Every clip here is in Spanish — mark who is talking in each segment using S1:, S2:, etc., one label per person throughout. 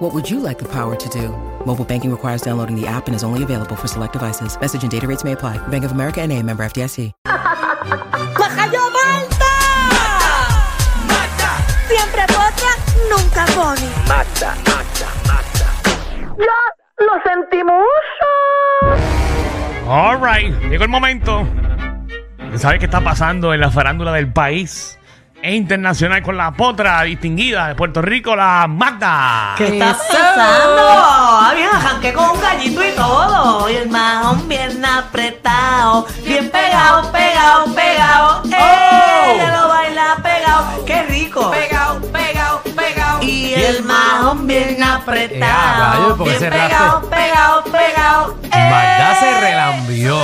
S1: What would you like the power to do? Mobile banking requires downloading the app and is only available for select devices. Message and data rates may apply. Bank of America and a member FDIC.
S2: ¡Majayo Malta! Siempre potra, nunca pone. ¡Ya lo sentimos!
S3: All right, llegó el momento de saber qué está pasando en la farándula del país e internacional con la potra distinguida de Puerto Rico, la Magda.
S2: ¿Qué está pasando? Bien, arranqué con un gallito y todo. Y el majón bien apretado. Bien pegado, pegado, pegado. ¡Eh! Ya lo baila pegado. ¡Qué rico! Pegado, pegado, pegado. Y el majón bien
S4: Eh, a
S2: apretado.
S4: rayos, porque
S2: bien
S4: se
S2: pegado, pegado, pegado. ¡Eh!
S4: Magda se relambió.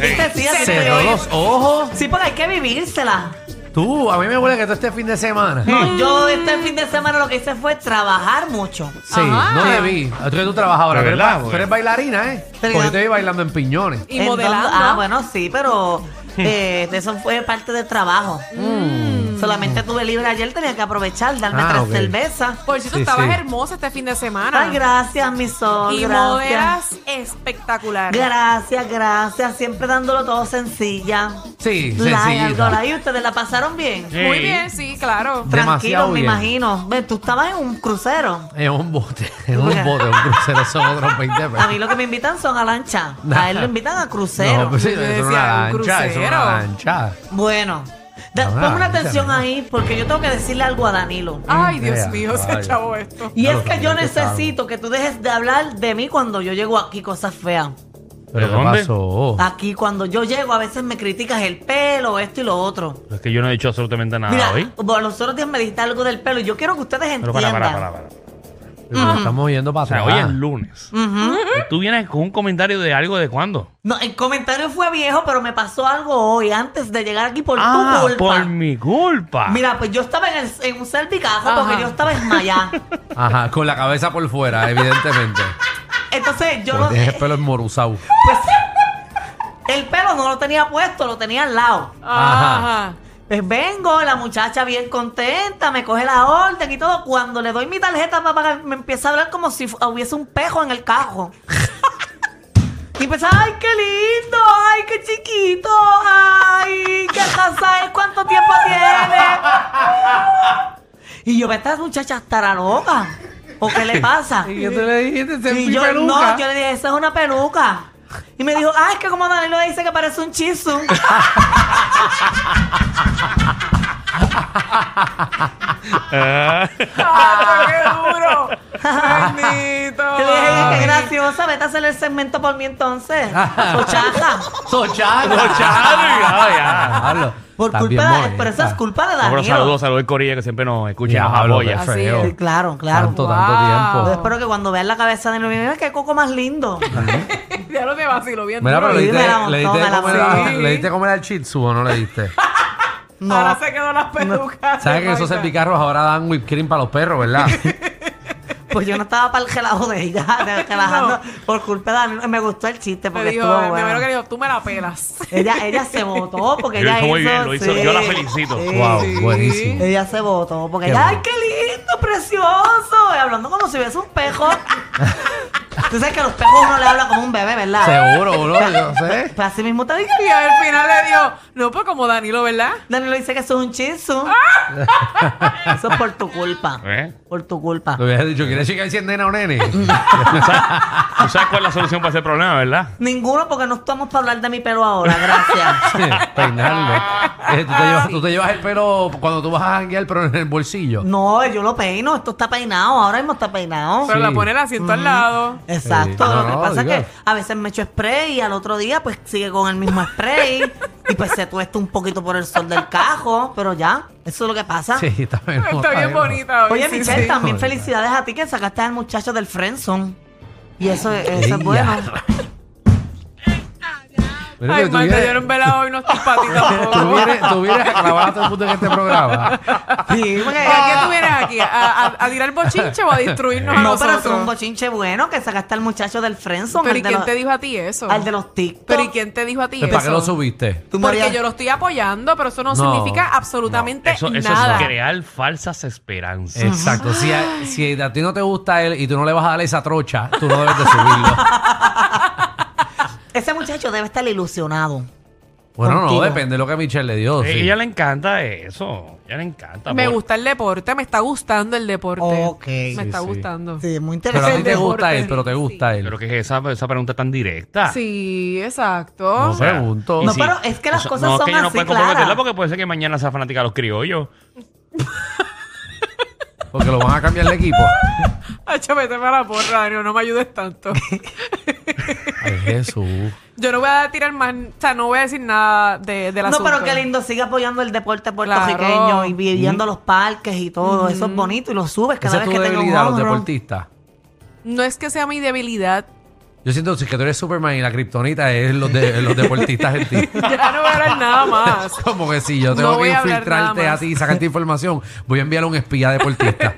S2: Viste, Este sí, así estoy
S4: Cerró
S2: hoy.
S4: los ojos.
S2: Sí, porque hay que vivírsela.
S4: Tú, a mí me huele que tú este fin de semana.
S2: No, yo este fin de semana lo que hice fue trabajar mucho.
S4: Sí, no te vi. Tú eres tu trabajadora, tú
S3: De
S4: eres
S3: verdad, pues.
S4: ba-
S3: güey.
S4: Tú eres bailarina, ¿eh?
S2: Pero
S4: Porque
S2: yo-
S4: te vi bailando en piñones.
S5: Y
S2: Entonces-
S5: modelando.
S2: Ah, bueno, sí, pero eh, eso fue parte del trabajo.
S5: Mm.
S2: Solamente tuve libre ayer, tenía que aprovechar, darme
S4: Ah,
S2: tres
S4: ok.
S2: cervezas.
S5: Por cierto,
S4: Sí,
S5: estabas
S4: sí.
S5: hermosa este fin de semana.
S2: Ay, gracias, mi sol.
S5: y
S2: gracias.
S5: modelas espectacular.
S2: Gracias, gracias. Siempre dándolo todo sencilla.
S4: Sí,
S2: Like, algo
S4: sencillita.
S2: like. ¿Y ustedes la pasaron bien?
S3: Sí.
S5: Muy bien, sí, claro.
S2: Tranquilos,
S4: Demasiado
S2: me
S4: bien.
S2: imagino. Ven, tú estabas en un crucero.
S4: Es un bote, es un bote, un crucero son otros 20
S2: A mí
S4: pesos.
S2: lo que me invitan son a lancha. A él lo invitan a crucero.
S4: No, pues sí,
S5: Yo
S4: eso era
S5: decía,
S4: una
S5: un
S4: lancha, eso era
S5: crucero.
S4: una lancha.
S2: Bueno, da-
S4: Ah,
S2: ponme una
S4: dice,
S2: atención
S4: ¿no?
S2: ahí porque yo tengo que decirle algo a Danilo.
S5: Ay, Dios
S4: Vea,
S5: mío, se
S4: Mm, vaya.
S5: chavo esto.
S2: Y
S4: Claro,
S2: es que yo
S4: también que
S2: necesito que tú dejes de hablar de mí cuando yo llego aquí, cosas feas.
S4: ¿Pero
S3: ¿De
S4: qué
S3: dónde? Oh.
S4: pasó?
S2: Aquí cuando yo llego a veces me criticas el pelo, esto y lo otro.
S3: Es que yo no he dicho absolutamente nada
S2: Mira,
S3: Ah, hoy.
S2: bueno, los otros días me dijiste algo del pelo y yo quiero que ustedes
S3: Pero
S2: entiendan.
S3: para, para, para, para.
S4: Pero nos Estamos yendo para
S3: O sea,
S4: atrás.
S3: hoy es lunes.
S2: Mm.
S3: Y tú vienes con un comentario de algo de cuándo.
S2: No, el comentario fue viejo, pero me pasó algo hoy antes de llegar aquí por
S3: ah,
S2: tu culpa.
S3: por Ah. mi culpa.
S2: Mira, pues yo estaba en, el, en un cervicazo
S5: Ajá.
S2: porque yo estaba esmayada.
S4: Ajá, con la cabeza por fuera, evidentemente.
S2: Entonces yo no...
S4: Porque es el pelo enmoruzado.
S2: Pues el pelo no lo tenía puesto, lo tenía al lado.
S5: Ajá.
S2: Pues vengo, la muchacha bien contenta, me coge la orden y todo. Cuando le doy mi tarjeta para pagar, me empieza a hablar como si fu- hubiese un pejo en el cajo. Y empieza, ay, qué lindo, ay, qué chiquito, ay, qué casa es, cuánto tiempo tiene. Y yo, esta muchacha estará loca. ¿O qué le pasa?
S4: ¿Y qué tú le dijiste? Ese es
S2: Y
S4: mi
S2: yo,
S4: peluca.
S2: no, yo le dije, esa es una peluca. Y me dijo, ah, es que como Danilo dice que parece un chisu.
S3: Ah,
S5: ¡Ah, pero qué duro!
S2: Yo le dije,
S5: ¡Bendito!
S4: Ah,
S2: qué graciosa, vete a hacer el segmento por mí entonces. Sochaja.
S4: Sochari.
S3: Sochari, ya, ya.
S4: Diablo,
S2: Por
S4: está bien
S2: culpa de,
S4: molesta.
S2: pero eso es culpa de
S3: no, pero
S2: Danilo.
S3: saludos, saludos al Corilla que siempre nos escucha y
S4: Ya,
S3: nos
S4: hablo,
S3: apoya.
S4: qué feo.
S5: Así
S2: Sí, claro, claro.
S4: Tanto,
S5: Wow.
S4: tanto
S2: Yo
S4: tiempo.
S2: espero que cuando vean la cabeza de Danilo, mira qué coco más lindo.
S5: Ya lo te vacilo bien.
S4: Mira,
S5: duro.
S4: pero le
S2: Sí, me
S4: diste,
S2: la
S4: le,
S2: montó,
S4: diste
S2: me
S4: de
S2: la
S4: comer
S5: montó.
S4: a- le diste de comer al Shih Tzu o no le diste.
S5: Ahora se quedó las pelucas.
S4: ¿Sabes que esos
S5: Magda?
S4: cervicarros ahora dan whipped cream para los perros, verdad?
S2: Pues yo no estaba para el gelado de ella, de- relajando
S5: No.
S2: por culpa de Danilo. Me gustó el chiste
S5: Me
S2: porque
S5: dijo,
S2: estuvo
S5: me
S2: bueno.
S5: primero que dijo, tú me la pelas.
S2: Ella, ella se votó porque
S3: Lo
S2: ella
S3: hizo muy bien, lo hizo- yo la felicito.
S4: wow,
S5: Sí.
S4: buenísimo.
S2: Ella se votó porque
S4: Qué
S2: ella, ay,
S4: bueno.
S2: qué lindo, precioso. Y hablando como si hubiese un pejo. Tú sabes que a los pejos uno le habla como un bebé, ¿verdad?
S4: Seguro, bro, yo sé.
S2: Pues así mismo te digo.
S5: Y al final le dijo, no, pues como Danilo, ¿verdad?
S2: Danilo dice que eso es un chisu. Eso es por tu culpa.
S3: ¿Eh?
S2: Por tu culpa.
S4: Lo hubiera dicho, ¿quieres chica y nena o nene?
S3: Tú sabes cuál es la solución para ese problema, ¿verdad?
S2: Ninguno, porque no estamos para hablar de mi pelo ahora, gracias.
S4: Peinarlo. Eh, tú, te llevas, tú te llevas el pelo cuando tú vas a janguear, pero en el bolsillo.
S2: No, yo lo peino, esto está peinado, ahora mismo está peinado.
S5: Pero
S4: Sí. Mm.
S5: la pone el asiento al lado.
S2: Exacto,
S4: Sí.
S2: lo que
S4: No,
S2: pasa
S4: diga.
S2: es que a veces me echo spray y al otro día pues sigue con el mismo spray y pues se tuesta un poquito por el sol del cajo, pero ya, eso es lo que pasa.
S4: Sí, está bien. no,
S5: Está bien bonita hoy.
S2: Oye,
S5: sí,
S2: Michelle,
S5: sí.
S2: también
S4: Joder.
S2: felicidades a ti que sacaste al muchacho del friendzone. Y eso, es- eso
S4: Ella.
S2: es bueno.
S4: Pero
S5: Ay,
S4: que tú
S5: Marta,
S4: vienes-
S5: yo no en velado hoy no estoy para ti
S4: Tú
S5: tampoco.
S4: vienes, tú vienes a clavar a todo el mundo en este programa.
S2: Sí, porque-
S5: ¿A
S4: Ah.
S5: qué tú vienes aquí? ¿A, a, a tirar bochinche o a destruirnos a
S2: No, pero
S5: nosotros?
S2: es un bochinche bueno que sacaste al muchacho del Friendzone.
S5: Pero
S2: al
S5: ¿y
S2: de
S5: quién
S2: los-
S5: te dijo a ti eso?
S2: Al de los TikTok.
S5: Pero ¿y quién te dijo a ti eso?
S4: ¿Para qué lo subiste?
S2: Tú, María,
S5: Porque yo lo estoy apoyando, pero eso no,
S4: No,
S5: significa absolutamente
S3: Eso, eso
S5: nada.
S3: es crear falsas esperanzas.
S4: Exacto. Si a, si a ti no te gusta él y tú no le vas a dar esa trocha, tú no debes de subirlo.
S2: Ese muchacho debe estar ilusionado.
S4: Bueno, no,
S2: Contigo.
S4: depende de lo que a Michelle le dio.
S3: Eh,
S4: Oh, sí.
S3: Ella le encanta eso. Ella le encanta.
S5: me
S3: por-
S5: gusta el deporte, me está gustando el deporte.
S2: Ok.
S5: Me
S4: Sí,
S5: está
S4: sí.
S5: gustando.
S2: Sí, muy
S4: Pero a ti
S2: interesante.
S4: te
S5: Deporte,
S4: gusta él, pero te gusta él.
S3: Pero que es esa, esa pregunta tan directa.
S5: Sí, exacto.
S4: Ah. No sé. pregunto.
S3: y
S4: No,
S2: pero es que las
S3: Eso-
S2: cosas
S3: no, es
S2: son
S3: que ella no
S2: así,
S3: puede
S2: Clara.
S3: comprometerla porque puede ser que mañana sea fanática de los criollos.
S4: Porque lo van a cambiar de equipo.
S5: Hacho, vete para la porra, Daniel, no me ayudes tanto.
S4: Ay, Jesús.
S5: Yo no voy a tirar más, o sea, no voy a decir nada de, de la
S2: No, pero qué lindo, sigue apoyando el deporte puertorriqueño
S5: Claro.
S2: y viviendo los parques y todo. Eso es bonito y lo subes cada
S4: Esa es
S2: vez
S4: tu
S2: que tengo un
S4: debilidad, los
S2: honro.
S4: deportistas.
S5: No es que sea mi debilidad.
S4: Yo siento que tú eres Superman y la kriptonita es los, de, los deportistas en ti.
S5: Ya no voy a hablar nada más.
S4: Como que si yo tengo
S5: No voy
S4: que
S5: a hablar
S4: infiltrarte
S5: nada
S4: a
S5: más.
S4: ti y sacarte información, voy a enviar a un espía deportista.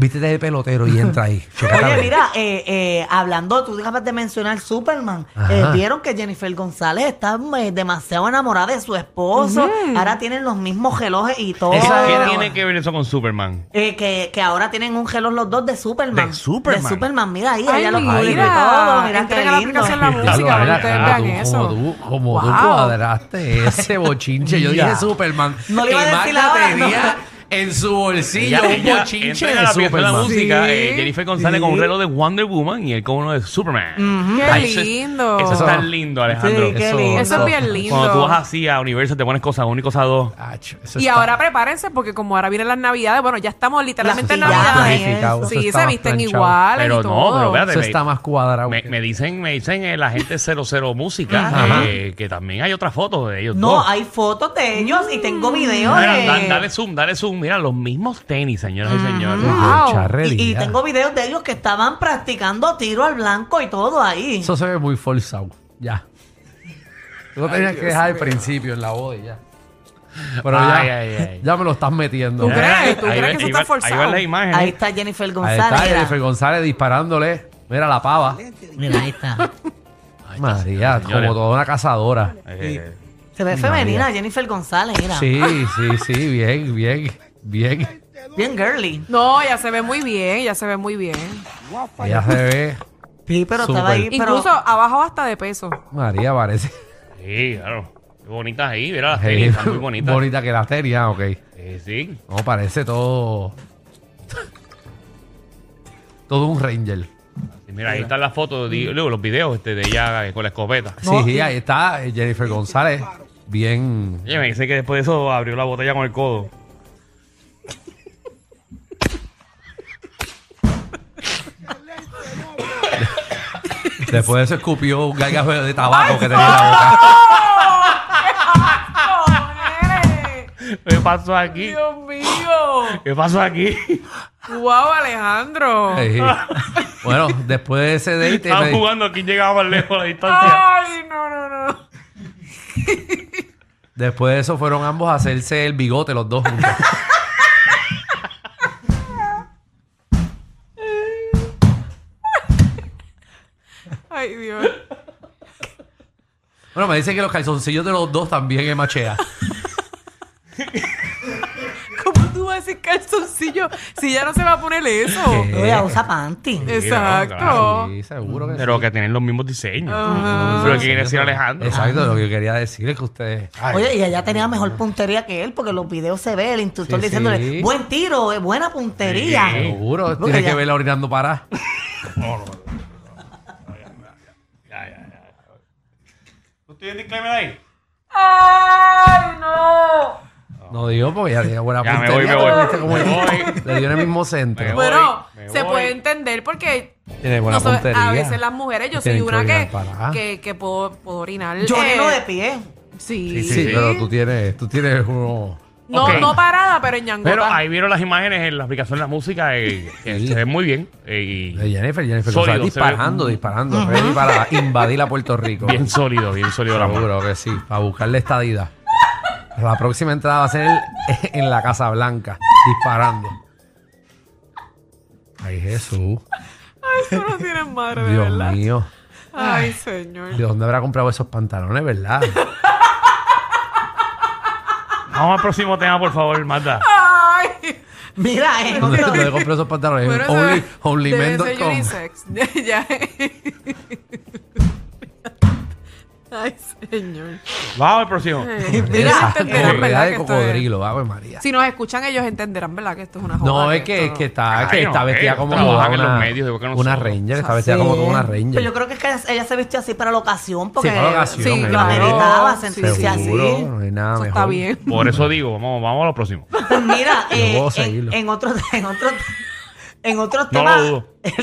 S4: Vístete de pelotero y entra ahí. Chócate a
S2: Oye,
S4: ver.
S2: mira, eh, eh, hablando, tú acabas de mencionar Superman.
S4: Ajá.
S2: Eh, Vieron que Jennifer González está eh, demasiado enamorada de su esposo. Ahora tienen los mismos relojes y todo.
S4: Esa-
S3: ¿Qué
S4: Ah.
S3: tiene que ver eso con Superman?
S2: Eh, que, que ahora tienen un reloj los dos de Superman.
S3: De Superman.
S2: De Superman, mira ahí,
S5: Ay,
S2: ella los
S5: mira.
S2: cubre y todo. Mira
S5: Entren
S2: qué
S5: a la
S2: lindo.
S5: aplicación la
S4: Ya
S5: música
S4: lo
S5: para que
S4: era,
S5: ustedes
S4: ah,
S5: vean
S4: tú-
S5: eso.
S4: Como tú, como tú
S5: Wow.
S4: cuadraste ese bochinche. Yo
S2: Ya.
S4: dije Superman.
S2: No le iba
S4: y
S2: a decir
S4: Magda
S2: ahora, no.
S4: tenía en su bolsillo
S3: Ella-
S4: un
S3: ella
S4: bochinche
S3: entrega
S4: de
S3: la pieza de la
S4: Superman.
S3: música,
S5: Sí.
S3: eh, Jennifer González con un reloj de Wonder Woman y él con uno de Superman.
S5: Qué
S3: Ay, eso es-
S5: lindo.
S3: Eso es tan lindo, Alejandro.
S2: Sí, qué lindo.
S5: Eso es bien lindo.
S3: Cuando tú vas así a Universal te pones cosas 1 y cosas 2.
S4: Ach, eso
S5: Y
S4: está-
S5: ahora prepárense porque como ahora vienen las navidades, bueno, ya estamos literalmente en
S2: Las pijamas.
S5: navidades.
S4: Planificado, eso
S5: Sí,
S4: está
S5: se
S4: más
S5: visten
S4: planchado.
S5: iguales
S3: Pero
S5: y
S3: no,
S5: todo.
S3: pero
S4: eso
S3: espérate, me-
S4: está más cuadrado.
S3: Me,
S4: que-
S3: me dicen, me dicen eh, la gente 00 música
S4: Ajá.
S3: eh, que también hay otras fotos de ellos.
S2: No,
S3: dos.
S2: hay fotos de ellos y tengo videos.
S3: Mira,
S2: de-
S3: da- dale zoom, dale zoom. Mira, los mismos tenis, señoras y señores.
S5: Wow.
S4: Qué charrería.
S2: y, y tengo videos de ellos que estaban practicando tiro al blanco y todo ahí.
S4: Eso se ve muy forzado. Ya. Tú lo tenías que dejar al principio en la boda y ya. Pero ya,
S3: Ay, ay, ay.
S4: ya me lo estás metiendo.
S5: ¿Tú
S4: Ahí
S5: crees?
S3: Ahí
S5: ¿Tú crees
S3: ven-
S5: que eso
S3: ahí
S5: está
S3: van-
S5: forzado?
S3: Ahí van las imágenes.
S2: Ahí está Jennifer González.
S4: está
S2: mira.
S4: Jennifer González disparándole. Mira la pava.
S2: Mira, ahí está.
S4: María,
S3: señores.
S4: como toda una cazadora.
S3: Eh,
S2: Se ve femenina Jennifer González, mira.
S4: Sí, sí, sí, bien, bien, bien.
S2: Bien girly.
S5: No, ya se ve muy bien, ya se ve muy bien.
S4: Ella se ve.
S2: Sí, pero estaba
S4: Súper.
S2: ahí. Pero,
S5: Incluso abajo hasta de peso.
S4: María parece.
S3: Eh, Sí, claro. Qué bonitas ahí, mira las tenis, están muy bonitas.
S4: Bonita que la tenía, ok.
S3: Eh, sí.
S4: No, parece todo. todo un ranger.
S3: Sí, Mira, ahí están las fotos, di- luego los videos este, de ella eh, con la escopeta.
S2: No,
S4: sí,
S2: y-
S4: ahí está eh, Jennifer González. Bien.
S3: Oye, me dice que después de eso abrió la botella con el codo.
S4: Después de eso escupió un gargajo de tabaco que tenía en la boca.
S3: ¿Qué pasó aquí?
S5: ¡Dios mío!
S3: ¿Qué pasó aquí?
S5: ¡Guau, Alejandro!
S4: Sí. Bueno, después de ese date. me-
S3: Estaban jugando aquí, llegaba más lejos la distancia.
S5: ¡Ay, no, no, no!
S4: Después de eso fueron ambos a hacerse el bigote los dos juntos.
S5: ¡Ay, Dios!
S4: Bueno, me dicen que los calzoncillos de los dos también es machea.
S5: ¿Cómo tú vas a decir calzoncillo si ya no se va a poner eso?
S4: ¿Qué?
S2: Oye, usa panty.
S5: Exacto.
S3: claro.
S4: Sí, seguro que
S3: Pero
S4: sí.
S3: que tienen los mismos diseños.
S5: Ajá.
S3: Pero que quiere decir Alejandro.
S4: Exacto, lo que quería decir es que ustedes.
S2: Oye, y ella tenía mejor puntería que él, porque en los videos se ve el instructor
S4: Sí,
S2: diciéndole,
S4: sí.
S2: buen tiro, eh, buena puntería.
S3: Sí.
S4: Seguro,
S2: Porque
S4: tienes
S2: ya-
S4: que verla orinando para.
S3: Ya, ya, ya. ¿Tú tienes disclaimer ahí?
S5: ¡Ay, no!
S4: No digo porque ya tiene buena
S3: Ya, me
S4: puntería,
S3: voy, me
S4: pero
S3: voy.
S4: viste cómo
S3: Me
S4: ella-
S3: voy.
S4: Le dio en el mismo centro.
S3: Me voy.
S5: Bueno,
S3: me
S5: se
S3: voy.
S5: puede entender porque
S4: Tiene buena
S5: no sé,
S4: puntería.
S5: a veces las mujeres, yo soy
S4: Tienen que
S5: una que,
S4: orinar para.
S5: que, que puedo, puedo orinar.
S2: Yo
S5: eh,
S2: orino de pie.
S5: Sí,
S4: Sí, pero tú tienes, tú tienes uno.
S5: No,
S3: Ok.
S5: no parada, pero en ñangota.
S3: Pero ahí vieron las imágenes en la aplicación de la música eh, que se ve muy bien. eh,
S4: De Jennifer, Jennifer
S3: Sólido,
S4: González,
S3: se ve-
S4: disparando, disparando. Ready para invadir a Puerto Rico.
S3: y bien sólido, bien sólido la mano.
S4: Seguro que sí, para buscarle estadida. La próxima entrada va a ser en la Casa Blanca, disparando. Ay, Jesús.
S5: Ay, tú no tienes madre, de verdad.
S4: Dios mío.
S5: Ay, señor.
S4: ¿De dónde habrá comprado esos pantalones, verdad?
S3: Vamos al próximo tema, por favor, Marta.
S5: Ay.
S2: Mira, eh,
S4: ¿Dónde,
S2: otro-
S4: dónde compró esos pantalones?
S5: Bueno, eso
S4: only,
S5: debe- debe ser
S4: onlymen.com.
S5: unisex. ya. Ay, señor.
S3: Vamos al próximo.
S5: Mira,
S4: Exacto, correa
S5: entenderán, ¿verdad?
S4: de
S5: que esto es-
S4: cocodrilo, Ave María.
S5: Si nos escuchan, ellos entenderán, ¿verdad? Que esto es una joda.
S4: No, es que,
S5: esto
S4: es que está, que
S3: Ay, no,
S4: está vestida
S3: ellos
S4: como
S3: trabajan
S4: toda
S3: en los
S4: una,
S3: medios, igual que
S4: una
S3: nosotros.
S4: ranger,
S5: Ah,
S4: está vestida como toda una ranger.
S2: Pero yo creo que es que ella- ella se vistió así para la ocasión, porque
S4: Sí, para la ocasión,
S2: sí,
S4: eh,
S2: lo ameritaba sentirse
S4: Seguro,
S2: así.
S4: no hay nada
S5: Eso
S4: mejor.
S5: está bien.
S3: Por eso digo, vamos, vamos a lo próximo.
S2: Pues mira,
S4: Yo
S2: eh,
S4: puedo
S2: en,
S4: seguirlo.
S2: en otros en otros en otros
S3: No
S2: temas,
S3: lo dudo.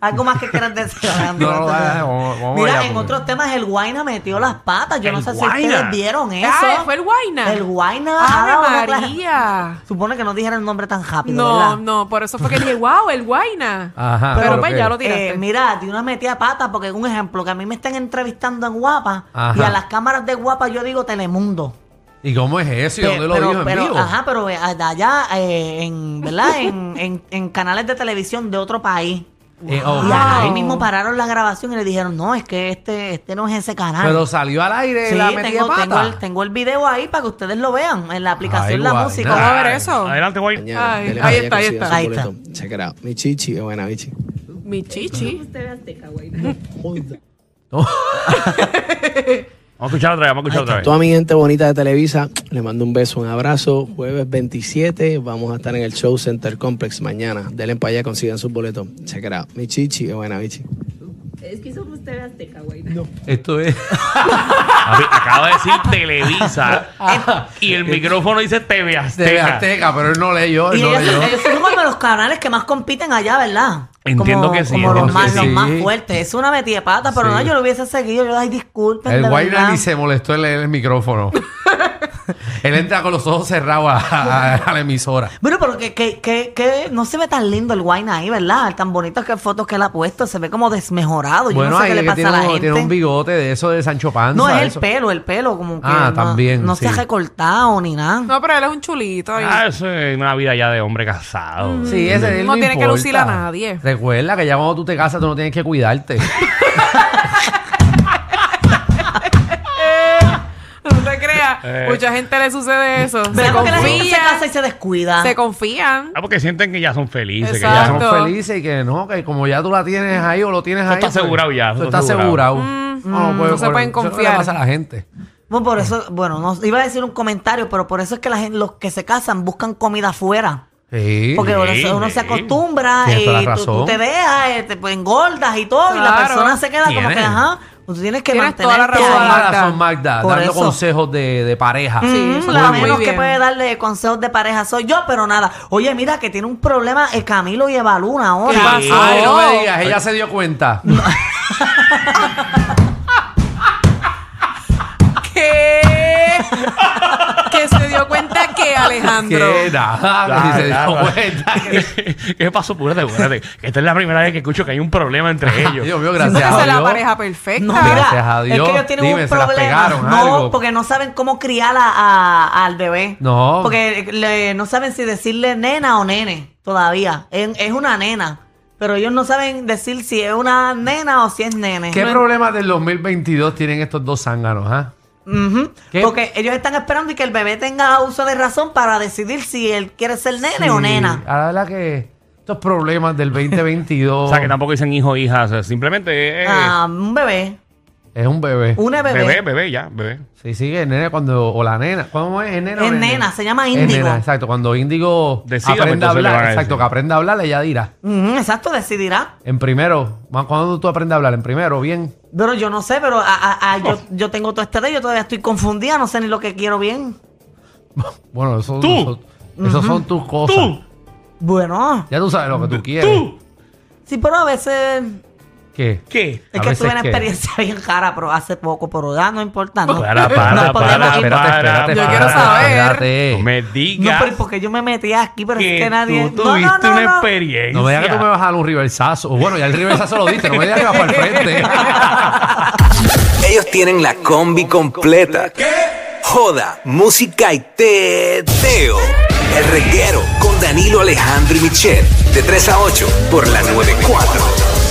S2: algo más que quieras decir. Alejandro,
S4: No, no,
S2: antes de-
S4: no, vamos- vamos
S2: mira,
S4: allá,
S2: en
S4: porque-
S2: otros temas el Guayna metió las patas. Yo no
S3: ¿El
S2: sé si
S3: Guayna?
S2: ustedes vieron eso.
S5: Ah, fue el Guayna.
S2: El Guayna ha dado una
S5: ¡Ave
S2: clara-
S5: María!
S2: Supone que no dijera el nombre tan rápido.
S5: No,
S2: ¿verdad?
S5: no, por eso fue que dije, wow, el Guayna.
S4: Ajá,
S5: Pero,
S4: ¿pero
S5: pues
S4: qué?
S5: ya lo tiraste.
S2: Eh, mira, de una metida pata, porque un ejemplo, que a mí me están entrevistando en Guapa
S4: Ajá.
S2: y a las cámaras de Guapa yo digo Telemundo.
S4: ¿Y cómo es eso? ¿Y
S2: Pe-
S4: dónde lo
S2: pero,
S4: dijo en
S2: pero,
S4: vivo?
S2: Ajá, pero eh, allá, eh, en, ¿verdad? en, en- en canales de televisión de otro país.
S4: Eh, ok.
S2: Y ahí
S5: Wow.
S2: mismo pararon la grabación y le dijeron, no, es que este, este no es ese canal.
S4: Pero salió al aire
S2: sí,
S4: la metida
S2: tengo,
S4: pata.
S2: tengo el, tengo el video ahí para que ustedes lo vean en la aplicación
S4: Ay,
S2: La
S4: guay,
S2: Música.
S5: nada.
S2: Ah,
S5: a ver eso.
S3: Adelante, guay.
S6: Mañana,
S5: Ay,
S6: que le
S5: ahí
S6: vaya
S5: está, ahí
S6: consiguiendo
S5: está.
S2: Ahí
S6: su boleto. Check it out. Mi chichi, es buena, mi chichi.
S5: Mi chichi.
S3: Vamos a escuchar otra vez, vamos a escuchar otra vez.
S6: Toda mi gente bonita de Televisa, le mando un beso, un abrazo. Jueves 27, vamos a estar en el Show Center Complex mañana. Denle para allá, consigan sus boletos. Check it out. Mi chichi, es buena, mi chichi.
S7: Es que somos TV Azteca, güey.
S4: Esto es...
S3: Papi, Acabo de decir Televisa y el micrófono dice TV
S4: de
S3: Azteca.
S4: Azteca, pero él no leyó, él
S2: Y
S4: no
S2: ellos,
S4: leyó.
S2: ellos son como de los canales que más compiten allá, ¿verdad?
S3: Entiendo
S2: Como-
S3: que sí,
S2: Como los
S3: entiendo
S2: más,
S4: que
S2: los
S4: sí.
S2: más fuertes. Es una metida de pata, pero
S4: Sí.
S2: no, yo lo hubiese seguido. Yo, ay, disculpen.
S4: El
S2: de
S4: Guayna
S2: verdad.
S4: ni se molestó en leer el micrófono. él entra con los ojos cerrados a, a- a la emisora.
S2: Bueno, pero que, que, que, que no se ve tan lindo el Guayna ahí, ¿verdad? Tan bonitas que fotos que él ha puesto. Se ve como desmejorado. Yo
S4: bueno,
S2: no sé
S4: ahí
S2: qué
S4: es
S2: le
S4: que
S2: pasa
S4: tiene,
S2: a la
S4: un-
S2: gente.
S4: tiene un bigote de eso de Sancho Panza.
S2: no, es el
S4: eso.
S2: pelo, el pelo como que
S4: Ah,
S2: no,
S4: también,
S2: no se
S4: sí.
S2: ha recortado ni nada.
S5: No, pero él es un chulito. y-
S3: Ah, eso es una vida ya de hombre casado.
S4: Sí,
S2: Mm.
S4: ese él
S5: No tiene que lucir
S4: importa.
S5: a nadie.
S4: Recuerda que ya cuando tú te casas, tú no tienes que cuidarte.
S5: No te creas.
S4: Eh.
S5: Mucha gente le sucede eso. Se
S2: ¿Verdad? Porque la gente se
S5: confían.
S2: casa y se descuida.
S5: Se confían.
S3: Ah, porque sienten que ya son felices, que ya
S4: Ya
S5: Exacto.
S3: son...
S4: son felices y que no, que como ya tú la tienes ahí o lo tienes ahí.
S3: está
S4: pues,
S3: asegurado ya, eso
S4: Tú
S3: está
S4: estás asegurado.
S5: Mm, no
S4: puede-
S5: se pueden
S4: eso no le
S5: confiar.
S4: pasa a la gente.
S2: Bueno, por eso, bueno, no, iba a decir un comentario, pero por eso es que la gente, los que se casan buscan comida afuera.
S4: Sí.
S2: Porque uno,
S3: Sí,
S2: se- uno
S3: sí.
S2: se acostumbra
S4: Tienes toda
S2: y
S4: la
S2: tú, tú
S4: razón.
S2: te dejas, eh, te pues, engordas y todo, y la
S5: Claro.
S2: persona se queda como que,
S4: Tienes.
S2: ajá, pues, tú tienes que
S5: Tienes toda
S2: mantener
S5: la
S4: Toda
S5: razón,
S4: la
S5: Magda.
S4: razón, Magda,
S2: Por
S4: dando
S2: eso.
S4: consejos de, de pareja.
S5: Sí,
S2: Mm,
S5: eso
S2: la
S5: está muy
S2: menos que
S5: bien.
S2: puede darle consejos de pareja soy yo, pero nada. Oye, mira que tiene un problema eh, Camilo y Evaluna ahora.
S5: ¿Qué pasó?
S4: Ay, no me digas, ella se dio cuenta.
S5: ¿Qué? que se dio cuenta que Alejandro.
S4: Que nada,
S3: Ah,
S4: que se dio
S3: nada.
S4: cuenta.
S3: ¿Qué pasó? Púrate, púrate. Esta es la primera vez que escucho que hay un problema entre ellos.
S4: Ah, Dios mío,
S5: Porque
S4: gracias
S5: esa
S4: a
S5: es la
S4: Dios.
S5: pareja perfecta.
S2: No,
S4: Gracias
S2: mira,
S4: a Dios.
S2: es que ellos tienen
S4: Dime,
S2: un
S4: se las
S2: problema.
S4: pegaron,
S2: no,
S4: algo.
S2: porque no saben cómo criar a- a- al bebé.
S4: No.
S2: Porque le- no saben si decirle nena o nene todavía. Es, es una nena. Pero ellos no saben decir si es una nena o si es nene.
S4: ¿Qué problemas del 2022 tienen estos dos zánganos, ah?
S2: Ujú.
S4: ¿Qué?
S2: Porque ellos están esperando y que el bebé tenga uso de razón para decidir si él quiere ser nene o
S4: Sí,
S2: nena.
S4: A la verdad que estos problemas del 2022
S3: O sea, que tampoco dicen hijo o hija. o sea, simplemente es
S2: Ah, un bebé.
S4: es un Eh. bebé.
S2: Una
S3: bebé, bebé, ya, bebé.
S4: Sí, sí, el nene cuando o la nena, ¿cómo es? Es nena, o
S2: Es nena, se llama
S4: Es
S2: índigo.
S4: nena, exacto, cuando Índigo
S3: Decida, pues,
S4: aprenda a
S3: entonces le van
S4: hablar,
S3: a
S4: exacto,
S3: decir.
S4: que aprenda a hablar, ella dirá.
S2: Ujú, exacto, decidirá.
S4: En primero, más cuando tú aprendes a hablar, en primero, bien.
S2: Pero yo no sé, pero a- a- a-
S4: Oh.
S2: yo, yo tengo todo este de yo todavía estoy confundida, no sé ni lo que quiero bien.
S4: Bueno, eso
S3: Tú.
S4: eso- esos son tus cosas.
S3: ¡Tú!
S2: Bueno,
S4: Ya tú sabes lo que tú quieres.
S3: ¡Tú!
S2: sí, pero a veces
S4: ¿Qué?
S3: ¿Qué?
S4: A
S2: Es que
S4: veces
S2: tuve una
S4: que-
S2: experiencia bien cara pero hace poco, pero ya no importa. No, No
S3: Para,
S2: podemos
S3: para, para,
S2: aquí-
S3: para.
S5: Yo quiero saber.
S4: espérate.
S3: No me
S2: No,
S3: digas
S2: pero porque yo me metí aquí, pero
S3: que
S2: es que nadie. No,
S3: tú
S2: no,
S3: tuviste
S2: no,
S3: una
S2: no.
S3: experiencia.
S4: No me digas que tú me vas a dar un reversazo. Bueno, ya el reversazo lo diste, no me digas que vas para el frente.
S8: Ellos tienen la combi completa. Joda, música y teo. El reguero con Danilo Alejandro y Michel. De 3 a 8 por la 94.